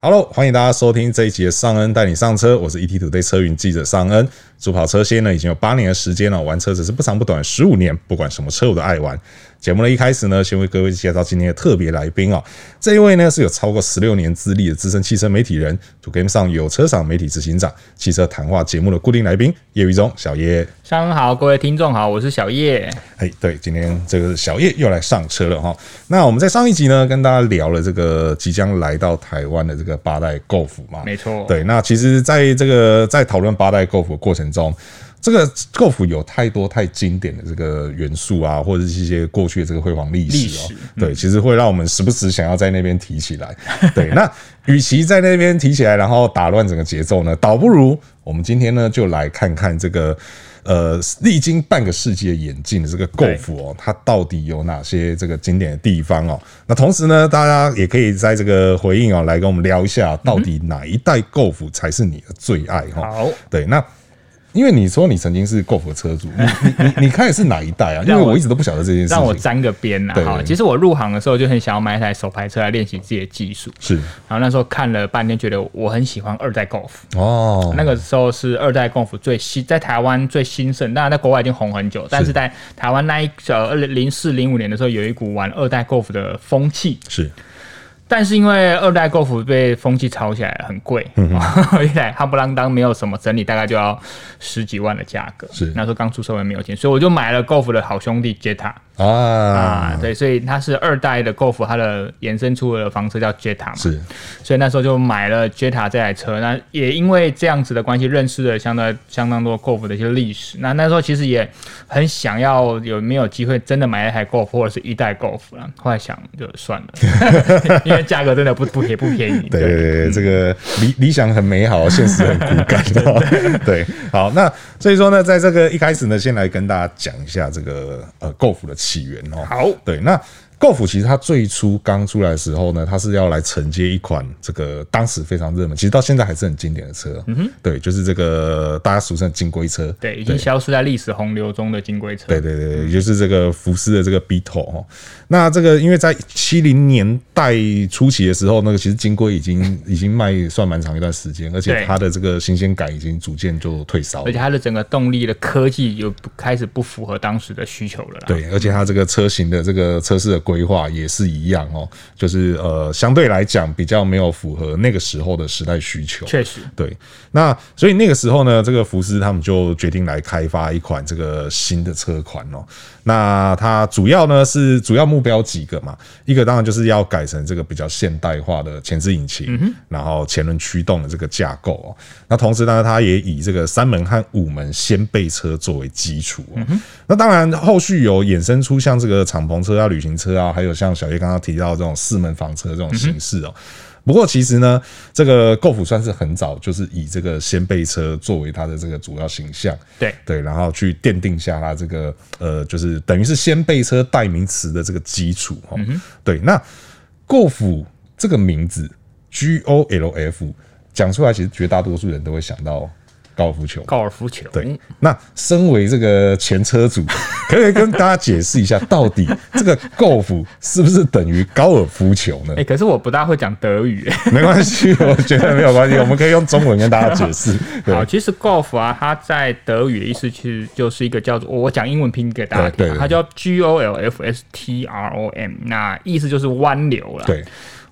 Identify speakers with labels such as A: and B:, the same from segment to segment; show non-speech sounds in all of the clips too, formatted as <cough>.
A: Hello，欢迎大家收听这一集的尚恩带你上车，我是 ET Today 车云记者尚恩。主跑车些呢已经有八年的时间了，玩车只是不长不短十五年，不管什么车我都爱玩。节目的一开始呢，先为各位介绍今天的特别来宾哦，这一位呢是有超过十六年资历的资深汽车媒体人，To Game 上有车赏媒体执行长，汽车谈话节目的固定来宾叶玉忠小叶。
B: 上午好，各位听众好，我是小叶。
A: 哎，对，今天这个小叶又来上车了哈。那我们在上一集呢，跟大家聊了这个即将来到台湾的这个八代 Golf 嘛，
B: 没错
A: 对，那其实在这个在讨论八代 Golf 的过程中，这个 Golf 有太多太经典的这个元素啊，或者是一些过去的这个辉煌历史哦、
B: 历史
A: 对，其实会让我们时不时想要在那边提起来。 <laughs> 对，那与其在那边提起来，然后打乱整个节奏呢，倒不如我们今天呢就来看看这个。呃，历经半个世纪的演进的这个 Golf 哦，它到底有哪些这个经典的地方哦？那同时呢，大家也可以在这个回应哦，来跟我们聊一下，到底哪一代 Golf 才是你的最爱哈、哦？
B: 好，
A: 对，那因为你说你曾经是 Golf 的车主，你你你你开的是哪一代啊？因
B: <laughs> 让
A: 为
B: 我
A: 我一直都不晓得这件事情。
B: 让我沾个边呐、
A: 对
B: 哈，其实我入行的时候就很想要买一台手排车来练习自己的技术，
A: 是
B: 然后那时候看了半天，觉得我很喜欢二代 Golf。
A: 哦，
B: 那个时候是二代 Golf 最新，在台湾最兴盛，当然在国外已经红很久，但是在台湾那一呃二零零四零五年的时候，有一股玩二代 Golf 的风气。
A: 是
B: 但是因为二代 Golf 被风气炒起来了很贵， <laughs> 一台夯不啷当没有什么整理，大概就要十几万的价格。
A: 是
B: 那时候刚出社会没有钱，所以我就买了 Golf 的好兄弟 Jetta
A: 啊
B: 啊，对，所以它是二代的 Golf，它的衍生出的房车叫 Jetta 嘛，
A: 是
B: 所以那时候就买了 Jetta 这台车。那也因为这样子的关系，认识了相当相当多 Golf 的一些历史。那那时候其实也很想要有没有机会真的买一台 Golf 或者是一代 Golf 啦。 <laughs> 后来想就算 <laughs> 了，因为价格真的不不便不便宜。
A: 对对对，对这个理理想很美
B: <laughs>
A: 好，现实很骨感。啊 <laughs> 对，好，那所以说呢，在这个一开始呢，先来跟大家讲一下这个呃 Golf 的起源哦。
B: 好
A: 对，那 Golf 其实它最初刚出来的时候呢，它是要来承接一款这个当时非常热门，其实到现在还是很经典的车。嗯哼，对，就是这个大家俗称的金龟车。
B: 对，已经消失在历史洪流中的金龟车。
A: 对对对，对也就是这个福斯的这个 Beetle 哦。那这个因为在七零年代初期的时候，那个其实金龟已经已经卖算蛮长一段时间，而且
B: 对
A: 它的这个新鲜感已经逐渐就退烧
B: 而
A: 了
B: 且。它的整个动力的科技又不开始不符合当时的需求了啦。
A: 对，而且它这个车型的这个车市的规划也是一样哦，就是呃，相对来讲比较没有符合那个时候的时代需求。
B: 确实，
A: 对，那所以那个时候呢，这个福斯他们就决定来开发一款这个新的车款哦。那它主要呢是主要目标几个嘛？一个当然就是要改成这个比较现代化的前置引擎，然后前轮驱动的这个架构哦。那同时呢，它也以这个三门和五门掀背车作为基础哦。那当然后续有衍生出像这个敞篷车啊、旅行车啊，还有像小叶刚刚提到这种四门房车这种形式哦。不过其实呢，这个 Golf 算是很早就是以这个掀背车作为它的这个主要形象，
B: 对
A: 对，然后去奠定下它这个呃，就是等于是掀背车代名词的这个基础哦。
B: 嗯
A: 对，那 Golf 这个名字 G O L F 讲出来，其实绝大多数人都会想到高尔夫球。
B: 高尔夫球。
A: 对，那身为这个前车主，可不可以跟大家解释一下，到底这个 golf 是不是等于高尔夫球呢
B: 哎、？可是我不大会讲德语、
A: 没关系，我觉得没有关系，我们可以用中文跟大家解释。对
B: 好，其实 golf 啊，它在德语的意思其实就是一个叫做我我讲英文拼给大
A: 对
B: 家听
A: 对
B: 啊，
A: 对
B: 它叫 G O L F S T R O M，那意思就是湾流啦。，
A: 对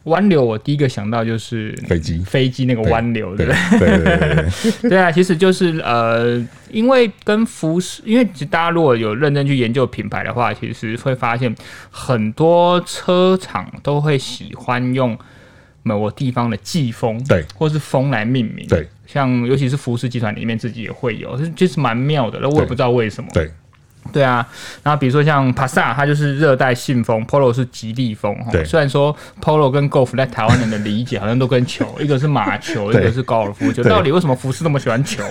B: 湾流我第一个想到就是
A: 飞机
B: 飞机那个湾流，对
A: 对
B: 不对？
A: 对对对对， <laughs>
B: 对啊，其实就是呃，因为跟服饰，因为其实大家如果有认真去研究品牌的话，其实会发现很多车厂都会喜欢用某个地方的季风，
A: 对
B: 或是风来命名，
A: 对。
B: 像尤其是服饰集团里面自己也会有，其实蛮妙的，那我也不知道为什么。
A: 对
B: 对啊，然后比如说像 Passat，它就是热带信风，Polo 是极地风。哦
A: 对
B: 虽然说 Polo 跟 Golf 在台湾人的理解好像都
A: <laughs>
B: 跟球，一个是马球，一
A: 对
B: 个是高尔夫球，
A: 对
B: 到底为什么福斯那么喜欢球？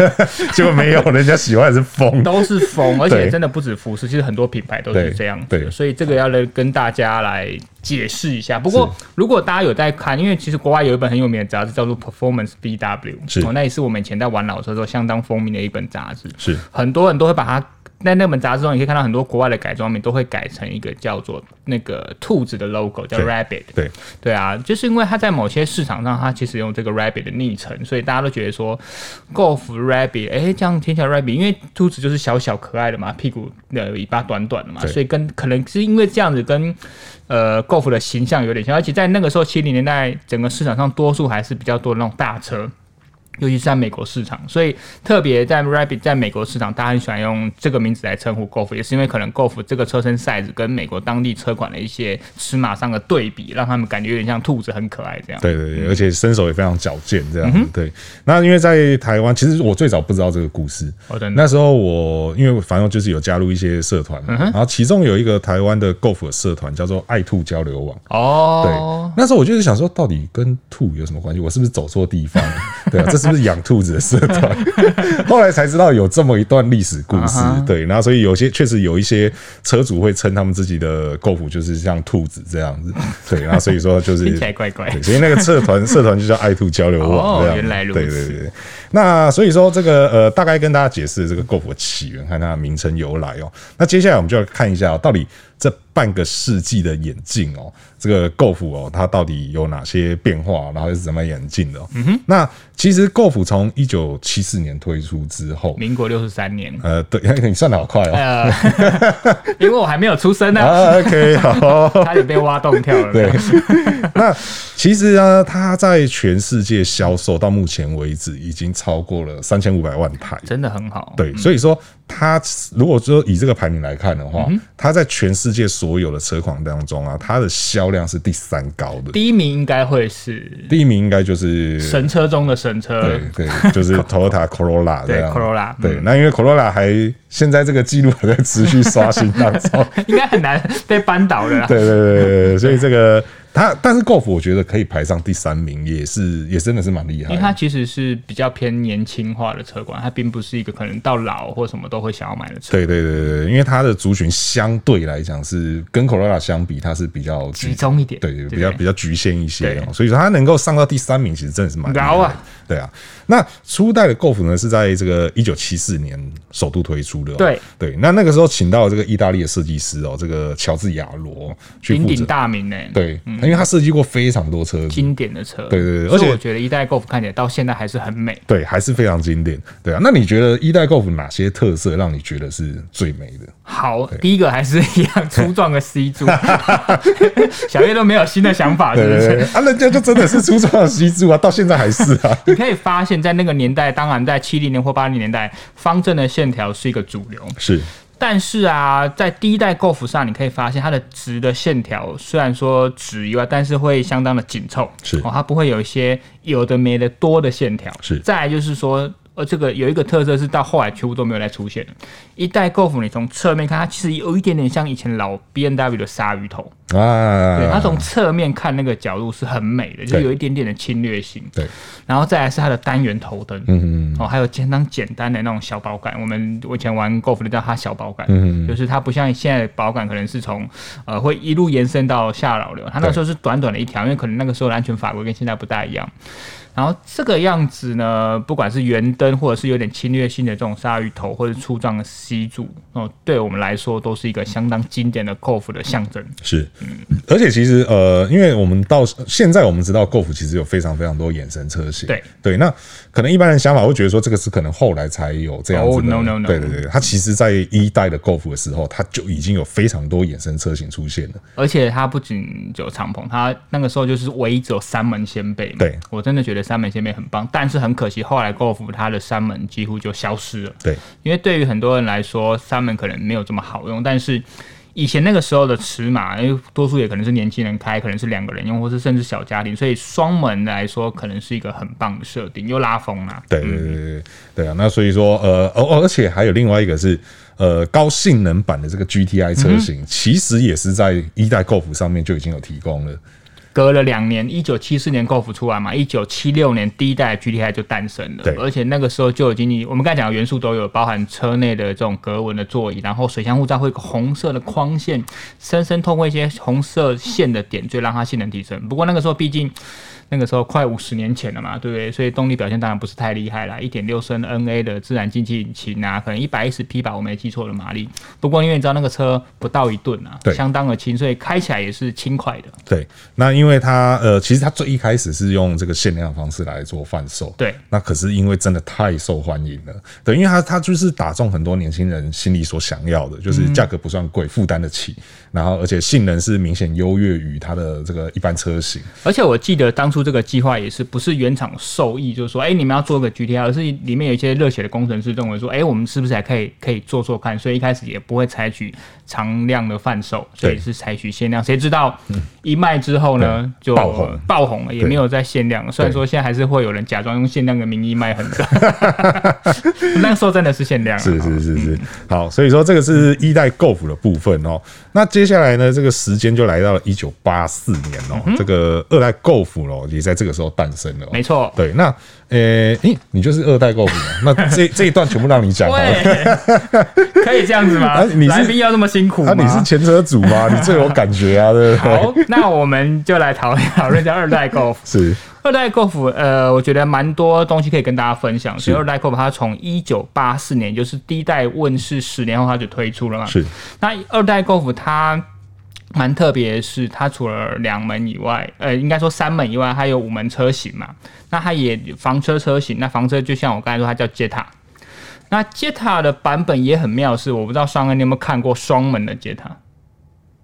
A: 结果没有，人家喜欢的是
B: <laughs>
A: 风。
B: 都是风，而且
A: 对
B: 真的不止服饰，其实很多品牌都
A: 对
B: 是这样子
A: 对
B: 的，所以这个要来跟大家来解释一下。不过，如果大家有在看，因为其实国外有一本很有名的杂志叫做《Performance BW
A: 是》，
B: 哦，那也是我们以前在玩老车的时候相当风靡的一本杂志，
A: 是
B: 很多人都会把它在那本杂志中，你可以看到很多国外的改装品都会改成一个叫做那个兔子的 logo，叫
A: 对
B: rabbit。
A: 对，
B: 对啊，就是因为它在某些市场上，它其实用这个 rabbit 的昵称，所以大家都觉得说 golf rabbit，哎、这样听起来 rabbit，因为兔子就是小小可爱的嘛，屁股的尾巴短短的嘛，
A: 对
B: 所以跟可能是因为这样子跟呃 golf 的形象有点像，而且在那个时候七零年代，整个市场上多数还是比较多的那种大车。尤其是在美国市场，所以特别在 Rabbit 在美国市场，大家很喜欢用这个名字来称呼 Golf，也是因为可能 Golf 这个车身 size 跟美国当地车款的一些尺码上的对比，让他们感觉有点像兔子，很可爱这样。
A: 对对对，而且身手也非常矫健，这样、对。那因为在台湾，其实我最早不知道这个故事，
B: 哦，真的，
A: 那时候我因为反正就是有加入一些社团嘛，然后其中有一个台湾的 golf 的社团叫做爱兔交流网。
B: 哦
A: 对，，那时候我就是想说，到底跟兔有什么关系？我是不是走错地
B: <laughs>
A: 方？对啊，这是不是养兔子的社团？后来才知道有这么一段历史故事。
B: 啊哈
A: 对，然后所以有些确实有一些车主会称他们自己的 golf 就是像兔子这样子。对，然后所以说就是
B: <laughs> 听起来怪怪
A: 对，所以那个社
B: <laughs>
A: 团社团就叫爱兔交流网。
B: 哦
A: 这样
B: 原来如此
A: 对对对对。那所以说这个呃，大概跟大家解释这个 golf 的起源和它的名称由来哦。那接下来我们就要看一下、哦、到底这半个世纪的演进哦，这个 golf 哦，它到底有哪些变化，然后又是怎么演进的、哦？嗯哼。那其实 golf 从一九七四年推出之后，
B: 民国六十三年，
A: 呃，对， <laughs> 你算的好快哦。
B: <laughs> 呃，因为我还没有出生
A: <laughs>
B: 呢、
A: 啊，OK，好。
B: 差点被挖洞跳了。
A: 哦对， <laughs> 那其实呢，它在全世界销售到目前为止已经超过了三千五百万台。
B: 真的很好。
A: 对，所以说它如果说以这个排名来看的话，它在全世界所有的车款当中啊，它的销量是第三高的。
B: 第一名应该会是
A: 第一名应该就是
B: 神车中的神车
A: 对，对，就是 Toyota <laughs> Corolla 嗯这
B: 对
A: 样。
B: Corolla，
A: 对，那因为 Corolla 还现在这个记录还在持续刷新当中，
B: <laughs> 应该很难被扳倒了啦。
A: 对对对对对，所以这个它，但是 Golf 我觉得可以排上第三名，也是也真的是蛮厉害
B: 因为
A: 的。
B: 它其实是比较偏年轻化的车款，它并不是一个可能到老或什么都会想要买的车。
A: 对对对对，对因为它的族群相对来讲是跟 Corolla 相比，它是比较
B: 集
A: 局
B: 中一点，
A: 对对比较比较局限一些哦，
B: 对
A: 所以说它能够上到第三名，其实真的是蛮厉害的
B: 高啊。
A: 对啊，那初代的 Golf 呢是在这个一九七四年首度推出的哦、
B: 对
A: 对，那那个时候请到这个意大利的设计师哦，这个乔治亚罗去
B: 鼎
A: 负
B: 鼎
A: 责。
B: 大名呢、，
A: 对，因为他设计过非常多车子，
B: 经典的车，
A: 对对对
B: 所
A: 而
B: 以
A: 且
B: 我觉得一代 Golf 看起来到现在还是很美。
A: 对，还是非常经典。对啊，那你觉得一代 Golf 哪些特色让你觉得是最美的？
B: 好，第一个还是一样粗壮的 <laughs> C
A: <laughs>
B: 柱，小月都没有新的想法，是
A: 对
B: 不
A: 对
B: 是？
A: 对， <laughs> 啊，人家就真的是初创的西柱啊，到现在还是啊。
B: 你可以发现，在那个年代，当然在七零年或八零年代，方正的线条是一个主流。
A: <laughs> 是
B: 但是啊，在第一代 Golf 上，你可以发现它的直的线条虽然说直以外，但是会相当的紧凑，
A: 是
B: 哦，它不会有一些有的没的多的线条。
A: 是
B: 再来就是说，呃，这个有一个特色是到后来全部都没有再出现了。一代 Golf 你从侧面看，它其实有一点点像以前老 B N W 的鲨鱼头，
A: 啊，
B: 对，它从侧面看那个角度是很美的，就是
A: 对
B: 有一点点的侵略性。
A: 对
B: 然后再来是它的单元头灯，嗯嗯，哦，还有相当简单的那种小保杆。我们我以前玩 golf 的叫它小保杆，嗯就是它不像现在的保杆可能是从呃会一路延伸到下老流，它那时候是短短的一条，因为可能那个时候的安全法规跟现在不大一样。然后这个样子呢，不管是圆灯或者是有点侵略性的这种鲨鱼头，或者是粗壮的 C 柱，哦，对我们来说都是一个相当经典的 golf 的象征。
A: 是，而且其实呃，因为我们到现在我们知道 Golf 其实有非常非常多衍生车型，
B: 对
A: 对，那可能一般人想法会觉得说这个是可能后来才有这样子的
B: 哦，no, no, no
A: 对对对，它其实在一代的 Golf 的时候，它就已经有非常多衍生车型出现了，
B: 而且它不仅只有敞篷，它那个时候就是唯一只有三门掀背嘛。
A: 对，
B: 我真的觉得三门掀背很棒，但是很可惜，后来 Golf 它的三门几乎就消失了。
A: 对，
B: 因为对于很多人来说，三门可能没有这么好用，但是。以前那个时候的尺码，因为多数也可能是年轻人开，可能是两个人用，或是甚至小家庭，所以双门来说可能是一个很棒的设定，又拉风啦、
A: 对对对对对啊！那所以说，呃，哦，哦而且还有另外一个是，呃，高性能版的这个 GTI 车型，其实也是在一代 Golf 上面就已经有提供了。
B: 隔了两年，一九七四年 Golf 出来嘛，一九七六年第一代 GTI 就诞生了
A: 对，
B: 而且那个时候就已经，我们刚才讲的元素都有，包含车内的这种格纹的座椅，然后水箱护罩会有一个红色的框线，深深透过一些红色线的点缀，让它性能提升。不过那个时候毕竟。那个时候快五十年前了嘛，对不对？所以动力表现当然不是太厉害啦，一点六升 NA 的自然进气引擎啊，可能一百一十匹吧，我没记错的马力。不过因为你知道那个车不到一吨啊
A: 对，
B: 相当的轻，所以开起来也是轻快的。
A: 对，那因为它呃，其实它最一开始是用这个限量方式来做贩售，
B: 对
A: 那可是因为真的太受欢迎了，对，因为它它就是打中很多年轻人心里所想要的，就是价格不算贵，负担得起，然后而且性能是明显优越于它的这个一般车型，
B: 而且我记得当初这个计划也是不是原厂受益，就是说，哎、你们要做个 GTR，而是里面有一些热血的工程师认为说，哎、我们是不是还可以可以做做看？所以一开始也不会采取常量的贩售，所
A: 对
B: 以
A: 嗯
B: 是采取限量。谁知道一卖之后呢，就
A: 爆红
B: 爆红了，也
A: 对
B: 没有再限量了。虽然说现在还是会有人假装用限量的名义卖
A: <laughs>
B: 很多，那时候真的是限量啊。
A: 是是是是，好，所以说这个是一代 Golf 的部分哦。那接下来呢，这个时间就来到了一九八四年哦，这个二代 Golf 咯，也在这个时候诞生了哦、
B: 嗯没错
A: 对，那呃，诶、你就是二代 Golf 嘛？那
B: <laughs>
A: 这这一段全部让你讲好了。
B: 喂， <laughs> 可以这样子吗
A: <laughs> 啊你？是
B: 来宾要这么辛苦
A: 啊，
B: 吗？
A: 你是前车主
B: <laughs>
A: 吗？你最有感觉啊，对不对？
B: 好，那我们就来讨论讨论一下二代 Golf。
A: <laughs> 是，
B: 二代 Golf，呃，我觉得蛮多东西可以跟大家分享。所以二代 Golf 它从一九八四年，就是第一代问世十年后，它就推出了嘛。
A: 是。
B: 那二代 Golf 它蛮特别，的是它除了两门以外，呃，应该说三门以外，它有五门车型嘛。那它也房车车型，那房车就像我刚才说，它叫 Jetta。那 Jetta 的版本也很妙是，我不知道上恩你有没有看过双门的 Jetta，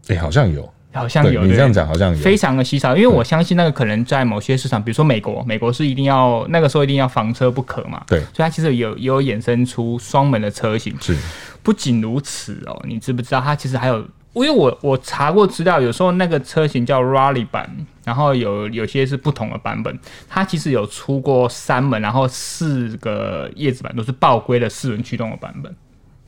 A: 哎、好像有，
B: 好像
A: 对
B: 有
A: 你这
B: 对不对
A: 样讲好像有，
B: 非常的稀少，因为我相信那个可能在某些市场，比如说美国，美国是一定要那个时候一定要房车不可嘛，
A: 对
B: 所以它其实有也有衍生出双门的车型。
A: 是
B: 不仅如此哦，你知不知道它其实还有？因为我我查过资料，有时候那个车型叫 Rally 版，然后有有些是不同的版本，它其实有出过三门，然后四个叶子版都是爆规的四轮驱动的版本。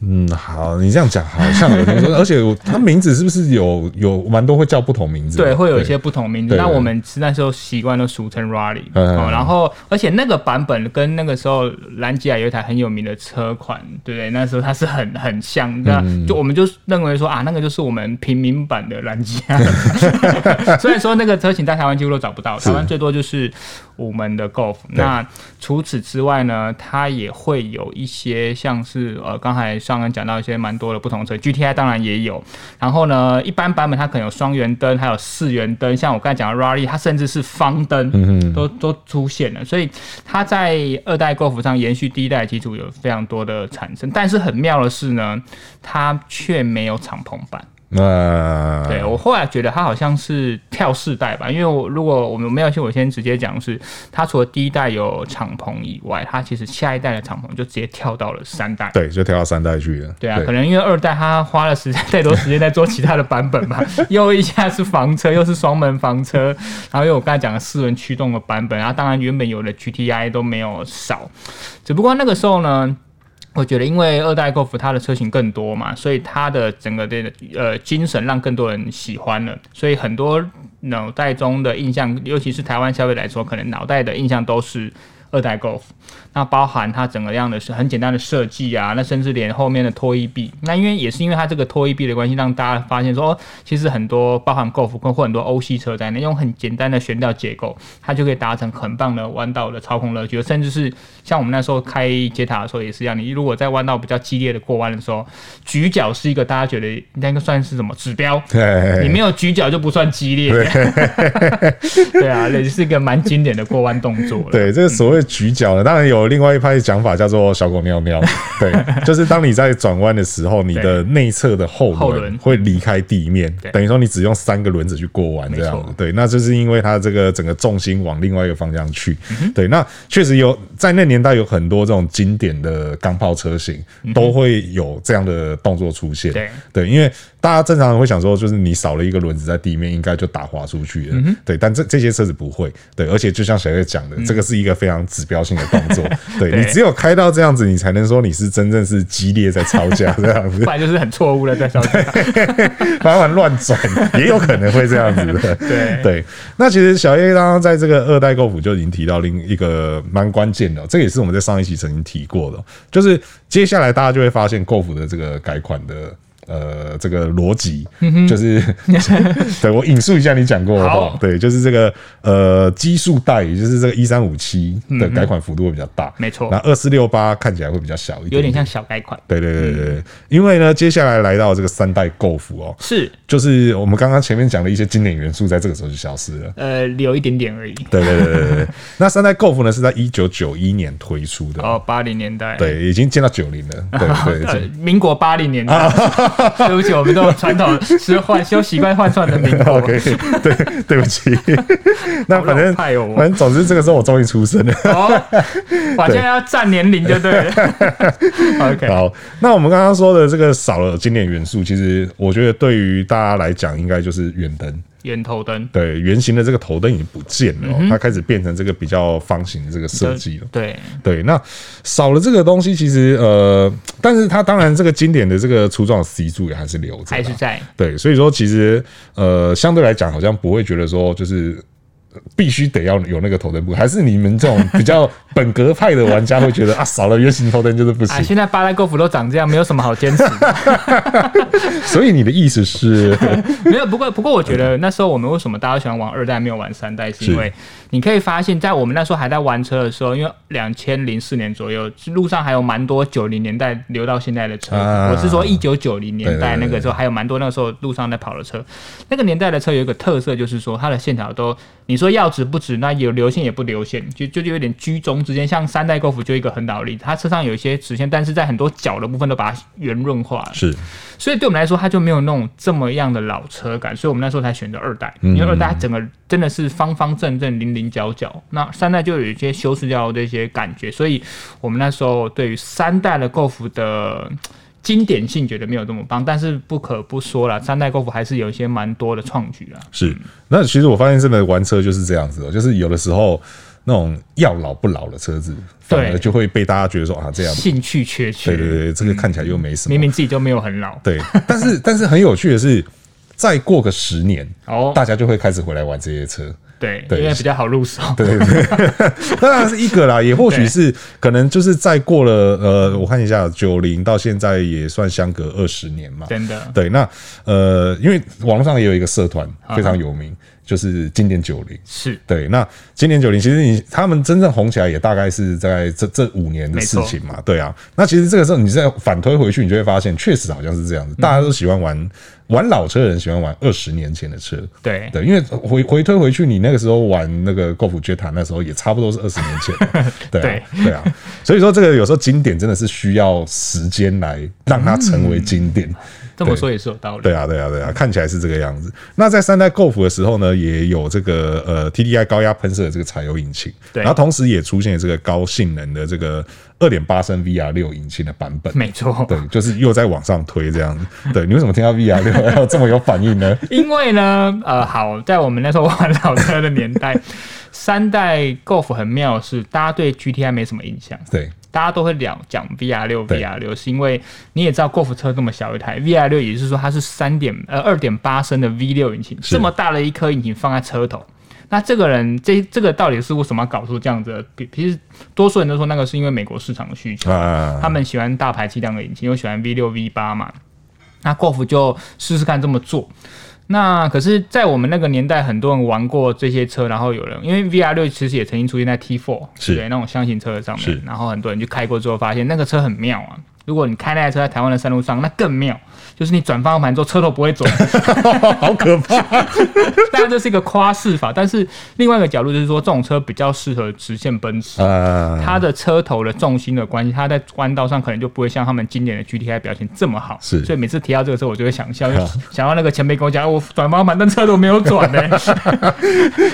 A: 嗯，好，你这样讲好像有
B: <laughs>
A: 听说，而且我他名字是不是有有蛮多会叫不同名字的？
B: 对，会有一些不同的名字。
A: 对
B: 那
A: 对
B: 我们是那时候习惯都俗称 Rally，、
A: 嗯
B: 哦、然后而且那个版本跟那个时候兰吉亚有一台很有名的车款，对不对？那时候它是很很像，那、
A: 嗯
B: 就我们就认为说啊，那个就是我们平民版的兰吉亚。 <laughs> 虽然说那个车型在台湾几乎都找不到，台湾最多就是五门的 Golf。那除此之外呢，它也会有一些像是呃，刚才上恩讲到一些蛮多的不同车，GTI 当然也有。然后呢，一般版本它可能有双圆灯，还有四圆灯，像我刚才讲的 Rally，它甚至是方灯，都都出现了。所以它在二代 Golf 上延续第一代的基础有非常多的产生，但是很妙的是呢，它却没有敞篷版。
A: 那、
B: 对
A: 嗯
B: 我后来觉得它好像是跳世代吧，因为我如果我们没有去，我先直接讲是，它除了第一代有敞篷以外，它其实下一代的敞篷就直接跳到了三代。
A: 对，就跳到三代去了。
B: 对啊，可能因为二代它花了时间太多时间在做其他的版本吧，又一下是房车，又是双门房车，然后又我刚才讲的四轮驱动的版本，然啊后当然原本有的 GTI 都没有少，只不过那个时候呢。我觉得，因为二代 Golf 它的车型更多嘛，所以它的整个的呃精神让更多人喜欢了，所以很多脑袋中的印象，尤其是台湾消费来说，可能脑袋的印象都是二代 Golf。那包含它整个样的是很简单的设计啊，那甚至连后面的脱衣臂，那因为也是因为它这个脱衣臂的关系，让大家发现说，哦，其实很多包含 Golf 跟或很多欧系车在内，用很简单的悬吊结构，它就可以达成很棒的弯道的操控乐趣，甚至是像我们那时候开捷塔的时候也是一样，你如果在弯道比较激烈的过弯的时候，举脚是一个大家觉得那个算是什么指标？
A: 对，
B: 你没有举脚就不算激烈， <laughs> 对啊，也是一个蛮经典的过弯动作了。
A: 对，这个所谓举脚呢，当然有另外一派的讲法叫做小狗尿
B: <laughs>
A: 尿。对，就是当你在转弯的时候，你的内侧的后
B: 后
A: 轮
B: 轮
A: 会离开地面，
B: 对
A: 等于说你只用三个轮子去过弯这样
B: 没
A: 子
B: 错。
A: 对，那就是因为它这个整个重心往另外一个方向去。
B: 嗯
A: 对，那确实有在那年代有很多这种经典的钢炮车型都会有这样的动作出现。
B: 嗯对
A: 对，因为大家正常人会想说，就是你少了一个轮子在地面，应该就打滑出去了。对，但这这些车子不会。对，而且就像小月讲的，这个是一个非常指标性的动作。对
B: 对
A: 你只有开到这样子，你才能说你是真正是激烈在吵架这样子
B: 不，然就是很错误的在烧钱。
A: 麻烦乱转，也有可能会这样子的。
B: <laughs> 对
A: <laughs> 对，那其实小叶刚刚在这个二代购普就已经提到另一个蛮关键的哦，这个也是我们在上一期曾经提过的哦，就是接下来大家就会发现购普的这个改款的。呃这个逻辑，
B: 嗯
A: 就是 <laughs> 对我引述一下你讲过的话
B: 好，
A: 对，就是这个呃基数带，也就是这个一三五七的改款幅度会比较大，
B: 嗯没错
A: 那二四六八看起来会比较小一点，
B: 有点像。嗯小改款，
A: 对对对对对，因为呢，接下来来到这个三代购服哦，
B: 是
A: 就是我们刚刚前面讲的一些经典元素，在这个时候就消失了。
B: 呃留一点点而已。
A: 对对对对对对。
B: <laughs>
A: 那三代 Golf 呢是在一九九一年推出的，
B: 哦，哎八零年代，
A: 对，已经见到九零了，对
B: <laughs>
A: 对
B: 呃
A: 对。，
B: 民国八零年代，对不起，我们都有传统是换修习惯换算的民国。
A: <laughs> OK，对，对不
B: <laughs>
A: 起。那反正
B: 好老派哦我
A: 反正总之，这个时候我终于出生
B: <laughs>
A: 了。
B: 哦，我现在要占年龄就对了。OK， <laughs>
A: 好，那我们刚刚说的这个少了经典元素，其实我觉得对于大家来讲，应该就是远灯。
B: 圆头灯
A: 对，圆形的这个头灯已经不见
B: 嗯
A: 了哦、它开始变成这个比较方形的这个设计了。
B: 对，
A: 对，那少了这个东西，其实呃，但是它当然这个经典的这个粗壮 C 柱也还是留着啦，
B: 还是在啊
A: 对，所以说其实呃，相对来讲好像不会觉得说就是。呃必须得要有那个头灯部，还是你们这种比较本格派的玩家会觉得啊，少了圆形头灯就是不
B: <laughs> 啊，
A: 行。
B: 现在八代golf 都长这样，没有什么好坚持的。
A: 所以你的意思是，
B: <laughs> 没有，不过不过，我觉得那时候我们为什么大家喜欢玩二代，没有玩三代，是因为你可以发现，在我们那时候还在玩车的时候，因为两千零四年左右，路上还有蛮多九零年代留到现在的车。
A: 啊
B: 我是说一九九零年
A: 对对
B: 代
A: 对
B: 那个时候，还有蛮多那个时候路上在跑的车。那个年代的车有一个特色，就是说它的线条都，你说要直不直，那有流线也不流线，就就就有点居中之间。像三代 Golf 就一个很倒立，它车上有一些直线，但是在很多角的部分都把它圆润化了。
A: 是
B: 所以对我们来说，它就没有那种这么样的老车感，所以我们那时候才选择二代，
A: 嗯
B: 嗯因为二代它整个真的是方方正正、零零角角，那三代就有一些修饰掉的一些感觉，所以我们那时候对于三代的 Golf 的嗯经典性觉得没有这么棒，但是不可不说了，三代 Golf 还是有一些蛮多的创举啊啦。
A: 是。那其实我发现真的玩车就是这样子哦，就是有的时候那种要老不老的车子，反
B: 对
A: 而就会被大家觉得说啊，这样
B: 兴趣
A: 对
B: 缺
A: 对
B: 缺，
A: 对，这个看起来又没什么。
B: 明明自己就没有很老，
A: 对，但是 <laughs> 但是很有趣的是，再过个十年，
B: 哦
A: 大家就会开始回来玩这些车。
B: 对，
A: 对
B: 因为比较好入手，
A: 对对对， <laughs> 当然是一个啦，也或许是可能就是再过了呃，我看一下，九零到现在也算相隔二十年嘛。
B: <laughs> 真的
A: 对，那呃，因为网络上也有一个社团非常有名，就是经典九零。
B: 是
A: 对，那今年九零，其实你他们真正红起来也大概是在这这五年的事情嘛，对啊。那其实这个时候你再反推回去，你就会发现，确实好像是这样子，大家都喜欢玩、玩老车的人喜欢玩二十年前的车，
B: 对。
A: 对，因为回回推回去，你那个时候玩那个 Golf Jetta 那时候也差不多是二十年前嘛，对啊，对啊。所以说这个有时候经典真的是需要时间来让它成为经典。
B: 这么说也是有道理。
A: 对啊，对啊，对啊，看起来是这个样子。那在三代 Golf 的时候呢，也有这个呃 TDI 高压喷射的这个柴油引擎，
B: 对
A: 然后同时也出现了这个高性能的这个二点八升 VR 六引擎的版本。
B: 没错，
A: 对，就是又在往上推这样子。对，你为什么听到 VR 六还有这么有反应
B: <laughs>
A: 呢？
B: 因为呢，呃，好，在我们那时候玩老车的年
A: <laughs>
B: 代，三代 Golf 很妙的是，大家对 GTI 没什么印象，
A: 对，
B: 大家都会聊讲 VR 六、
A: 对
B: VR 六，是因为你也知道 Golf 车这么小一台，VR 六也就是说它是三点呃二点八升的 V 六引擎，
A: 是
B: 这么大的一颗引擎放在车头。那这个人，这这个到底是为什么要搞出这样子的？比其实多数人都说那个是因为美国市场的需求，
A: 啊，
B: 他们喜欢大排气量的引擎，又喜欢 V 六 V 八嘛。那 Golf 就试试看这么做。那可是，在我们那个年代，很多人玩过这些车，然后有人因为 VR 六其实也曾经出现在 T4
A: 是
B: 对那种箱型车上
A: 是
B: 面，然后很多人去开过之后，发现那个车很妙啊。如果你开那台车在台湾的山路上，那更妙，就是你转方向盘之后车头不
A: <laughs>
B: 会转，
A: 好可怕。
B: 当然这是一个夸饰法。但是另外一个角度就是说，这种车比较适合直线奔驰，
A: 啊，
B: 它的车头的重心的关系，它在弯道上可能就不会像他们经典的 GTI 表现这么好。
A: 是
B: 所以每次提到这个时候，我就会想笑，因为 <laughs> 想到那个前辈跟我讲，哦我转方向盘，但车都没有转呢、
A: <laughs>
B: <laughs>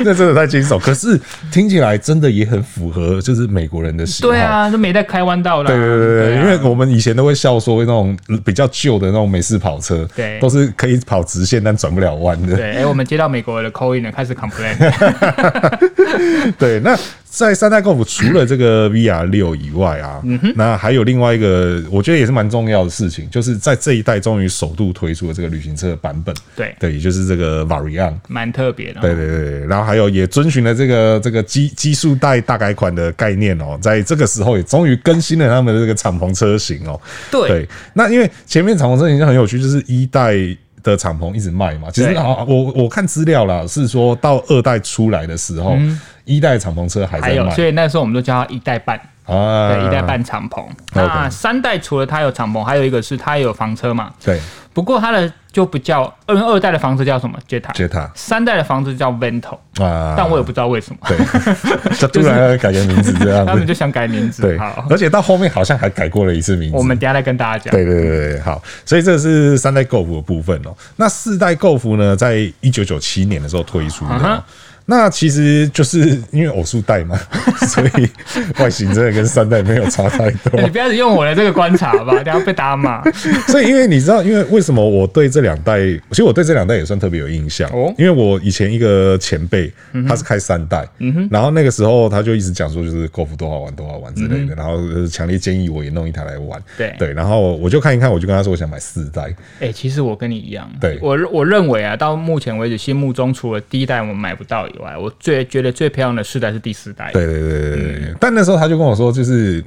A: 这真的太惊悚。可是听起来真的也很符合，就是美国人的喜好。
B: 对啊，都没在开弯道啦。
A: 对对对对，
B: 啊
A: 因为我们以前都会笑说那种比较旧的那种美式跑车，
B: 对
A: 都是可以跑直线但转不了弯的。
B: 对，哎、我们接到美国的 call in 了，开始 complain。
A: 对，那在三代 Golf 除了这个 VR 六以外啊，
B: 嗯
A: 那还有另外一个我觉得也是蛮重要的事情，就是在这一代终于首度推出了这个旅行车的版本，
B: 对，
A: 对，也就是这个 Variant。
B: 蛮特别的哦。
A: 对对对，对然后还有也遵循了这个这个基基数带大改款的概念哦，在这个时候也终于更新了他们的这个敞篷车型哦。
B: 对
A: 对，那因为前面敞篷车型就很有趣，就是一代。的敞篷一直卖嘛，其实
B: 对
A: 啊，我我看资料啦，是说到二代出来的时候，一代敞篷车还
B: 嗯还
A: 在
B: 有，
A: 卖
B: 所以那时候我们都叫它一代半，
A: 啊，
B: 对，一代半敞篷。那三代除了它有敞篷，还有一个是它有房车嘛。
A: 对
B: 不过它的就不叫，二二代的房车叫什么？Jetta。
A: Jetta
B: 三代的房车叫 Vento，
A: 啊，
B: 但我也不知道为什么， <laughs>
A: 对，就突然改个名字这样
B: 他们
A: 子，
B: 就想改名字。
A: 啊对
B: 好，，
A: 而且到后面好像还改过了一次名字，
B: 我们等一下再跟大家讲。
A: 对对对对，好，所以这是三代 Golf 的部分哦。那四代 Golf 呢，在一九九七年的时候推出的哦、
B: 嗯哼
A: 那其实就是因为偶数代嘛， <laughs> 所以外形真的跟三代没有差太多。
B: 哎 <laughs> 你不要只用我的这个观察吧， <laughs> 等一下被打骂。
A: 所以，因为你知道，因为为什么我对这两代，其实我对这两代也算特别有印象
B: 哦嗯
A: 因为我以前一个前辈，他是开三代，然后那个时候他就一直讲说，就是 golf 多好玩，多好玩之类的，然后就是强烈建议我也弄一台来玩。
B: 嗯对
A: 对，然后我就看一看，我就跟他说，我想买四代。
B: 哎、其实我跟你一样，
A: 对
B: 我我认为啊，到目前为止，心目中除了第一代我们买不到以外，我最觉得最漂亮的世代是第四代。
A: 对对对对对
B: 嗯
A: 对。但那时候他就跟我说，就是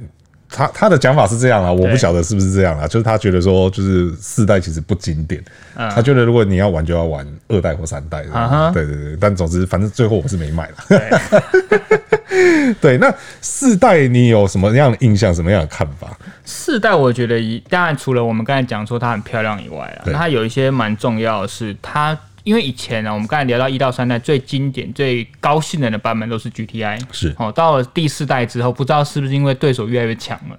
A: 他他的讲法是这样啊啦，我不
B: 对
A: 晓得是不是这样啦，啊就是他觉得说，就是四代其实不经典，他觉得如果你要玩就要玩二代或三代这样。
B: 嗯啊哈
A: 对对对，但总之反正最后我是没买了。 <laughs> 对，那四代你有什么样的印象，什么样的看法？
B: 四代我觉得一，当然除了我们刚才讲说它很漂亮以外啊，
A: 对
B: 那它有一些蛮重要的是它。因为以前啊呢、我们刚才聊到一到三代最经典、最高性能的版本都是 GTI，
A: 是，
B: 哦。到了第四代之后，不知道是不是因为对手越来越强了，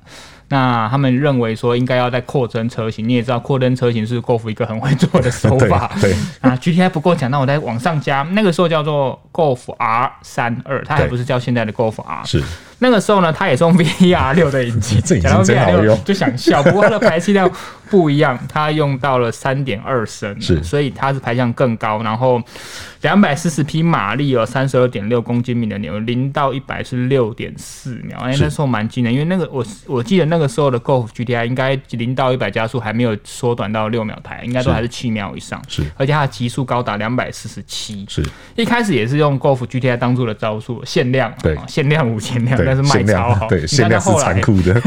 B: 那他们认为说应该要在扩增车型。你也知道，扩增车型是 Golf 一个很会做的手法
A: <laughs> 对对
B: 啊，GTI 不够强，那我再往上加，那个时候叫做 Golf R 三二，它还
A: 对
B: 不是叫现在的 Golf R，
A: 是
B: 那个时候呢，它也是用 <laughs> VR 六的引擎，
A: <laughs> 这引擎
B: 讲到
A: 真好
B: VR 六
A: 用
B: 就想笑。不过它的排气量不一样，它用到了三点二升，
A: 是
B: 所以它是排量更高，然后两百四十匹马力有三十二点六公斤米的扭，零到一百是六点四秒。哎、
A: 是
B: 那时候蛮惊人，因为那个我我记得那个时候的 Golf GTI 应该零到一百加速还没有缩短到六秒台，应该都还是七秒以上，
A: 是
B: 而且它的极速高达两百四十七， <laughs>
A: 是，
B: 一开始也是用 Golf GTI 当做的招数，限量，
A: 对
B: 啊限量五千辆，但是
A: 对，
B: 卖
A: 限
B: 超
A: 量
B: 好，
A: 对
B: 你
A: 限
B: 看到
A: 量是
B: 后来
A: 残，酷的，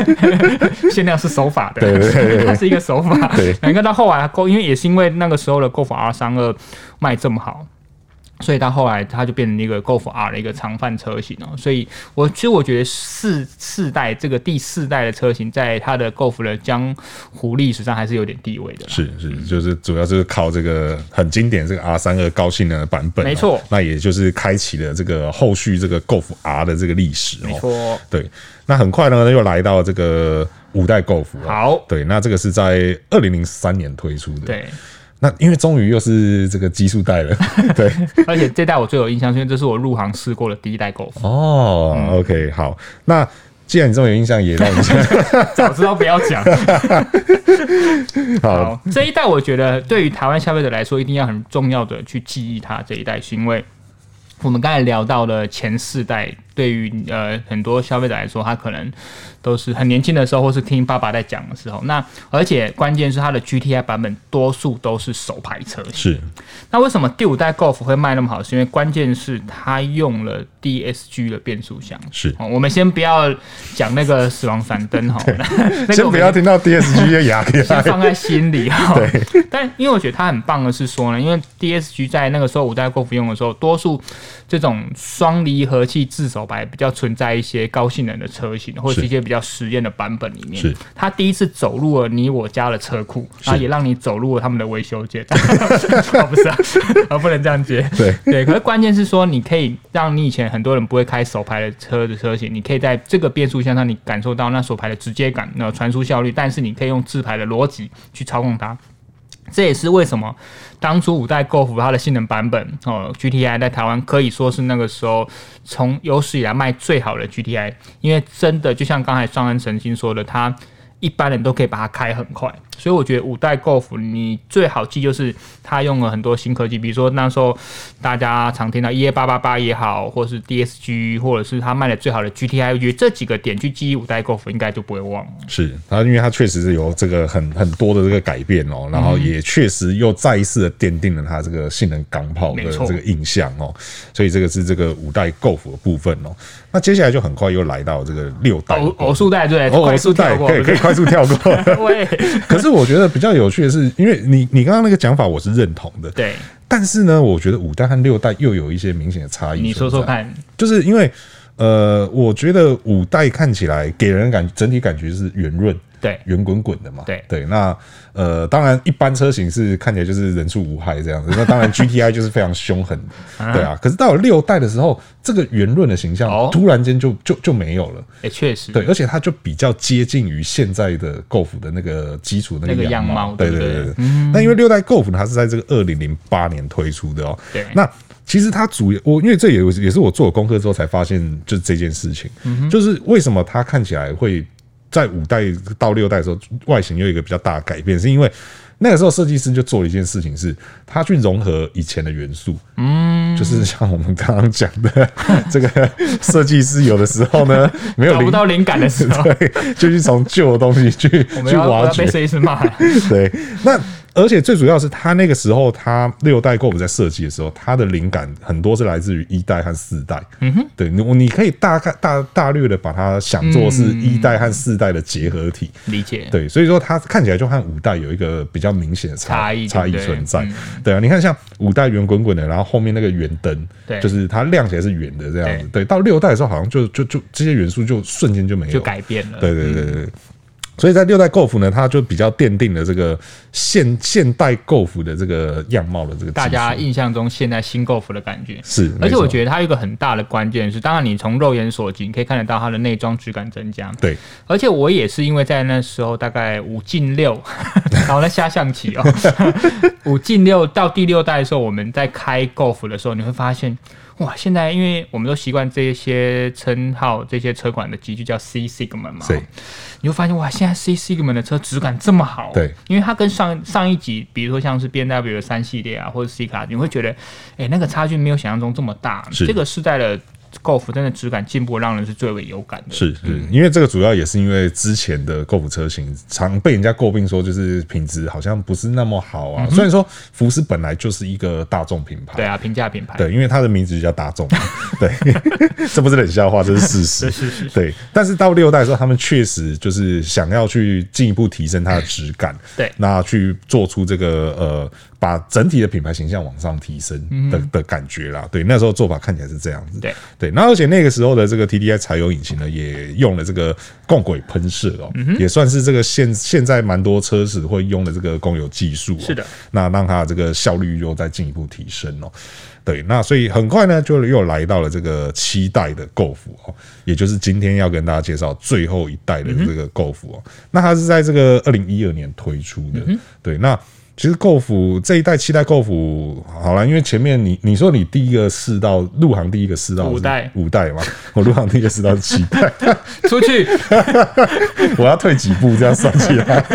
B: <laughs> 限量是手法的，
A: 对对对对
B: 它是一个手法。 <laughs>
A: 对
B: 你看到后来 Golf，因为也是因为那个时候的 Golf R 三二卖这么好。所以到后来，它就变成一个 Golf R 的一个常范车型哦。所以我其实我觉得四四代这个第四代的车型，在它的 Golf 的江湖历史上还是有点地位的啦。
A: 是是，就是主要就是靠这个很经典这个 R 三二高性能的版本哦、
B: 没错
A: 那也就是开启了这个后续这个 Golf R 的这个历史哦。
B: 没错，
A: 对，那很快呢又来到这个五代 Golf 了。
B: 好
A: 对，那这个是在二零零三年推出的。，
B: 对。
A: 那因为终于又是这个基数代
B: <laughs>
A: 了。对，
B: 而且这代我最有印象，因为这是我入行试过的第一代 Golf。
A: 哦、o k 好，那既然你这么有印象，也让你先
B: 早知道不要
A: <laughs>
B: 讲。
A: 好
B: <laughs> 好，这一代我觉得对于台湾消费者来说，一定要很重要的去记忆它这一代，是因为我们刚才聊到了前四代，对于呃很多消费者来说，他可能都是很年轻的时候，或是听爸爸在讲的时候。那而且关键是它的 GTI 版本多数都是手排车型。
A: 是
B: 那为什么第五代 Golf 会卖那么好？是因为关键是它用了 DSG 的变速箱。
A: 是。
B: 哦，我们先不要讲那个死亡闪灯哈，那个
A: 先
B: 我
A: 不
B: 们
A: 要
B: <laughs>
A: 听到 DSG 的牙给
B: 先
A: 他，
B: 放在
A: <laughs>
B: 心里哈。对，但因为我觉得它很棒的是说呢，因为 DSG 在那个时候五代 Golf 用的时候，多数这种双离合器自手排比较存在一些高性能的车型，或者
A: 是
B: 是一些比较实验的版本里面
A: 是，
B: 它第一次走入了你我家的车库，然后也让你走入了他们的维修 <laughs> 界。哦，不是啊，啊不能这样接。
A: 对
B: 对，可是关键是说，你可以让你以前很多人不会开手排的车的车型，你可以在这个变速箱上，你感受到那手排的直接感、那传输效率，但是你可以用自排的逻辑去操控它。这也是为什么当初五代 Golf 它的性能版本哦，GTI 在台湾可以说是那个时候从有史以来卖最好的 GTI，因为真的就像刚才双安神经说的，它一般人都可以把它开很快，所以我觉得五代 Golf 你最好记就是它用了很多新科技，比如说那时候大家常听到 EA 八八八也好，或是 DSG，或者是它卖的最好的 GTI，我觉得这几个点去记忆五代 Golf 应该就不会忘了。
A: 是它，因为它确实是有这个很很多的这个改变哦，然后也确实又再一次的奠定了它这个性能钢炮的
B: 没错
A: 这个印象哦，所以这个是这个五代 Golf 的部分哦。那接下来就很快又来到这个六代
B: 偶哦偶数代对，
A: 哦
B: 快
A: 偶
B: 速
A: 数
B: 跳
A: 代
B: 过
A: 可以可以快速跳过。 <laughs>
B: 对 <laughs>
A: 可是我觉得比较有趣的是，因为你你刚刚那个讲法我是认同的，
B: 对，
A: 但是呢，我觉得五代和六代又有一些明显的差异。
B: 你说说，看，
A: 就是因为呃，我觉得五代看起来给人感整体感觉是圆润。
B: 对
A: 圆滚滚的嘛。
B: 对
A: 对，那呃，当然一般车型是看起来就是人畜无害这样子，那当然 GTI 就是非常凶狠
B: <laughs>
A: 的，对啊。可是到了六代的时候，这个圆润的形象
B: 哦
A: 突然间就就就没有了。
B: 哎，确实，
A: 对，而且它就比较接近于现在的 Golf 的那个基础那
B: 那
A: 个
B: 个样
A: 貌
B: 貌，
A: 对
B: 对嗯不
A: 对
B: 对
A: 对对。那因为六代 Golf 它是在这个二零零八年推出的哦，
B: 对
A: 那。其实它主我因为这也有也是我做了功课之后才发现，就是这件事情，
B: 嗯
A: 就是为什么它看起来会在五代到六代的时候外形有一个比较大的改变，是因为那个时候设计师就做了一件事情，是他去融合以前的元素，嗯，就是像我们刚刚讲的这个设计师有的时候呢没有
B: 找不
A: 灵
B: 到灵感的 <laughs> 时
A: <laughs>
B: 候，
A: 对，就去从旧的东西去
B: <laughs> 我们
A: 去
B: 要我
A: 挖
B: 要被
A: 掘。
B: 设计
A: <laughs>
B: 师骂了，
A: 对，那而且最主要是他那个时候，他六代 Golf 在设计的时候，他的灵感很多是来自于一代和四代。嗯哼，对你你可以大概大大略的把它想作是一代和四代的结合体。
B: 理解，
A: 对，所以说它看起来就和五代有一个比较明显的差
B: 差异
A: 差异
B: 对不对嗯
A: 存在。对啊，你看像五代圆滚滚的，然后后面那个圆灯，
B: 对
A: 就是它亮起来是圆的这样子。对，到六代的时候好像就就就这些元素就瞬间就没有
B: 就
A: 了
B: 改变了，
A: 对对对对对。所以在六代 Golf 呢，它就比较奠定了这个现现代 Golf 的这个样貌的这个
B: 大家
A: 基础
B: 印象中现在新 Golf 的感觉。
A: 是，
B: 而且我
A: 得
B: 觉得它有一个很大的关键是，当然你从肉眼所及，你可以看得到它的内装质感增加。
A: 对
B: 而且我也是因为在那时候大概五进六， <laughs> 然后在下象棋
A: <laughs>
B: 哦，五进六到第六代的时候，我们在开 Golf 的时候，你会发现，哇，现在因为我们都习惯这些称号、这些车款的集聚叫 C Sigma 嘛，
A: 对
B: 你会发现哇，现在 C Sigma 的车质感这么好，
A: 对，
B: 因为它跟上上一集，比如说像是 B N W 的三系列啊，或者 C 卡，你会觉得，哎、那个差距没有想象中这么大。
A: 是
B: 这个世代的 Golf 真的质感进步，让人是最为有感的。
A: 是是，因为这个主要也是因为之前的 Golf 车型常被人家诟病说就是品质好像不是那么好
B: 嗯
A: 啊。虽然说福斯本来就是一个大众品牌，
B: 对啊，平价品牌，
A: 对，因为它的名字就叫大众嘛，对， <laughs> 这不是冷笑话，这是事实。
B: 是是是
A: 对，但是到六代的时候，他们确实就是想要去进一步提升它的质感，
B: 对
A: 那去做出这个呃，把整体的品牌形象往上提升的、的感觉啦。对，那时候做法看起来是这样子。
B: 嗯对
A: 对，那而且那个时候的这个 TDI 柴油引擎呢，也用了这个共轨喷射哦，
B: 嗯
A: 也算是这个现现在蛮多车子会用的这个供油技术、哦。
B: 是的，
A: 那让它这个效率又再进一步提升哦。对，那所以很快呢，就又来到了这个七代的 Golf 哦，也就是今天要跟大家介绍最后一代的这个 Golf 哦。那它是在这个二零一二年推出的，
B: 嗯
A: 对，那。其实 Golf 这一代七代 Golf 好了，因为前面你你说你第一个试到入行第一个试到
B: 五
A: 是
B: 代
A: 五代嘛， <laughs> 我入行第一个试到是七代， <laughs>
B: 出去
A: 我要退几步这样算起来，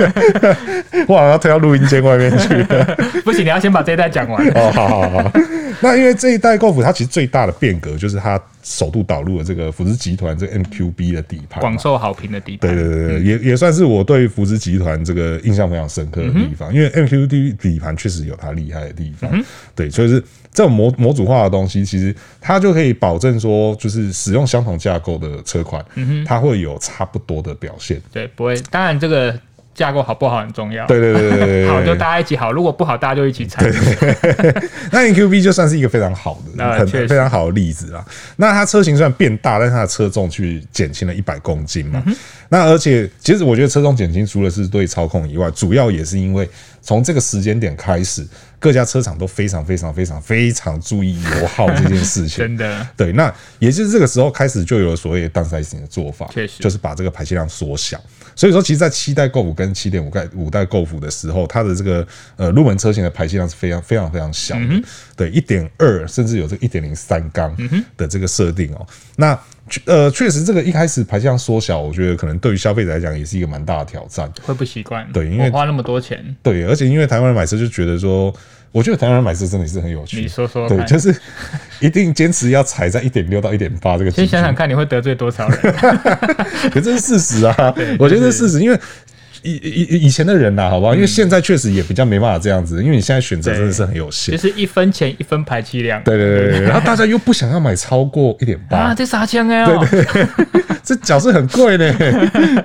A: <laughs> 我好像退到录音间外面去了。
B: 不行，你要先把这一代讲完。
A: 哦，好好好。 <laughs> 那因为这一代 Golf 它其实最大的变革就是它首度导入了这个福斯集团这个 MQB 的底盘嘛，
B: 广受嗯好评的地方。
A: 对对对对，也也算是我对福斯集团这个印象非常深刻的地
B: 嗯
A: 方，因为 MQD 底盘确实有它厉害的地方。对，所以是这种模模组化的东西，其实它就可以保证说，就是使用相同架构的车款，
B: 嗯
A: 它会有差不多的表现。
B: 对，不会。当然，这个架构好不好很重要。
A: 对对对对对对，
B: <laughs> 好就
A: 对
B: 大家一起好，如果不好大家就一起惨。
A: <laughs> 那 NQB 就算是一个非常好的、
B: 啊
A: 很
B: 确实
A: 非常好的例子啦。那它车型虽然变大，但是它的车重去减轻了一百公斤
B: 嗯
A: 嘛。那而且，其实我觉得车重减轻除了是对操控以外，主要也是因为从这个时间点开始，各家车厂都非常非常非常非常注意油耗这件事情。
B: <laughs> 真的
A: 对，那也就是这个时候开始就有了所谓的单塞型的做法，
B: 确实
A: 就是把这个排气量缩小。所以说，其实，在七代 Golf 跟七点五代五代 Golf 的时候，它的这个呃入门车型的排气量是非常非常非常小
B: 嗯
A: 的，对，一点二甚至有这个一点零三缸的这个设定哦。那呃，确实这个一开始排气量缩小，我觉得可能对于消费者来讲也是一个蛮大的挑战。
B: 会不习惯。
A: 对因为
B: 我花那么多钱，
A: 对，而且因为台湾人买车就觉得说，我觉得台湾人买车真的是很有趣。
B: 你说说
A: 对，
B: 看
A: 就是 <laughs> 一定坚持要踩在一点六到一点八这个
B: 先
A: 极
B: 想
A: 限，
B: 想看你会得罪多少
A: <laughs>
B: 人。
A: 可这是事实
B: <laughs>
A: 啊，我觉得这是事实，因为。以以以前的人呐、好不好？因为
B: 嗯
A: 现在确实也比较没办法这样子，因为你现在选择真的是很有限
B: 就。是一分钱一分排气量。
A: 对对对对对，然后大家又不想要买超过一点八
B: 啊，，这啥枪哎哦，
A: 这脚是很贵
B: <laughs>
A: 呢。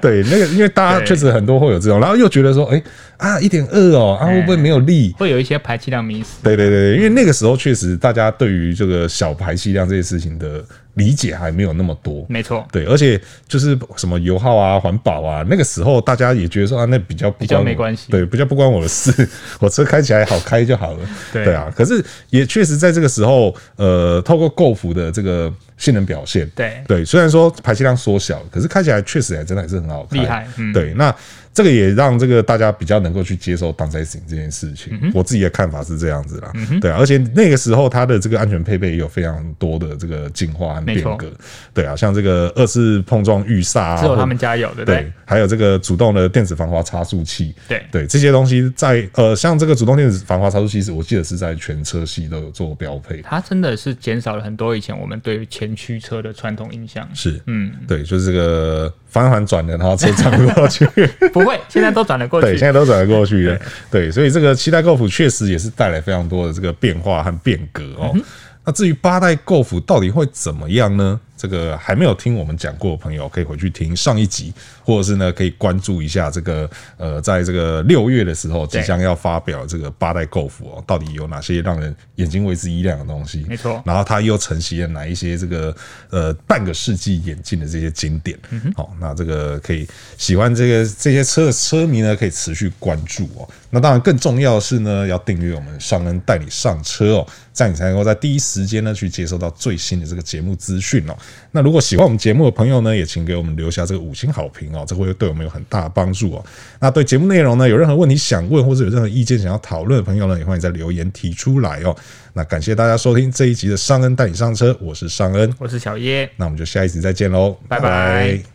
A: 对，那个因为大家确实很多会有这种，然后又觉得说，哎、啊一点二哦，啊会
B: 嗯
A: 不会没有力？
B: 会有一些排气量迷失。
A: 对对对，因为那个时候确实大家对于这个小排气量这些事情的理解还没有那么多。
B: 没错，
A: 对，而且就是什么油耗啊、环保啊，那个时候大家也觉得说啊，那比较不
B: 比较
A: 关
B: 没
A: 我
B: 关系
A: 对，比较不关我的事， <laughs> 我车开起来好开就好了。
B: 对
A: 啊，可是也确实在这个时候，呃，透过购服的这个性能表现，
B: 对
A: 对，虽然说排气量缩小，可是开起来确实还真的还是很好开，
B: 厉害嗯
A: 对，那这个也让这个大家比较能够去接受 downsizing 这件事情。
B: 嗯
A: 我自己的看法是这样子啦，对啊，而且那个时候它的这个安全配备也有非常多的这个进化和
B: 没
A: 变
B: 错
A: 革，对啊，像这个二次碰撞预煞啊，
B: 只有
A: 或
B: 哦他们家有，对不
A: 对
B: 对？，
A: 还有这个主动的电子防滑差速器，
B: 对
A: 对，这些东西在呃，像这个主动电子防滑差速器是，我记得是在全车系都有做标配，
B: 它真的是减少了很多以前我们对于前驱车的传统印象。
A: 是，
B: 嗯，
A: 对，就是这个方向盘转了，然后车转过去，
B: 不会，现在都转了过
A: 对，
B: 去
A: 现。在都转得过
B: <laughs>
A: 去了。对，所以这个七代 Golf 确实也是带来非常多的这个变化和变革哦。
B: 嗯
A: 那至于八代 Golf 到底会怎么样呢？这个还没有听我们讲过的朋友，可以回去听上一集，或者是呢可以关注一下这个呃，在这个六月的时候即
B: 对
A: 将要发表这个八代 Golf 哦，到底有哪些让人眼睛为之一亮的东西？
B: 没错
A: 然后它又承袭了哪一些这个呃半个世纪演进的这些经典。
B: 嗯
A: 好、那这个可以喜欢这个这些车的车迷呢，可以持续关注哦。那当然更重要的是呢，要订阅我们上恩带你上车哦，这样你才能够在第一时间呢去接收到最新的这个节目资讯哦。那如果喜欢我们节目的朋友呢，也请给我们留下这个五星好评哦，这会对我们有很大的帮助哦。那对节目内容呢，有任何问题想问或者有任何意见想要讨论的朋友呢，也欢迎在留言提出来哦。那感谢大家收听这一集的尚恩带你上车，我是尚恩，
B: 我是小叶，
A: 那我们就下一集再见喽，
B: 拜拜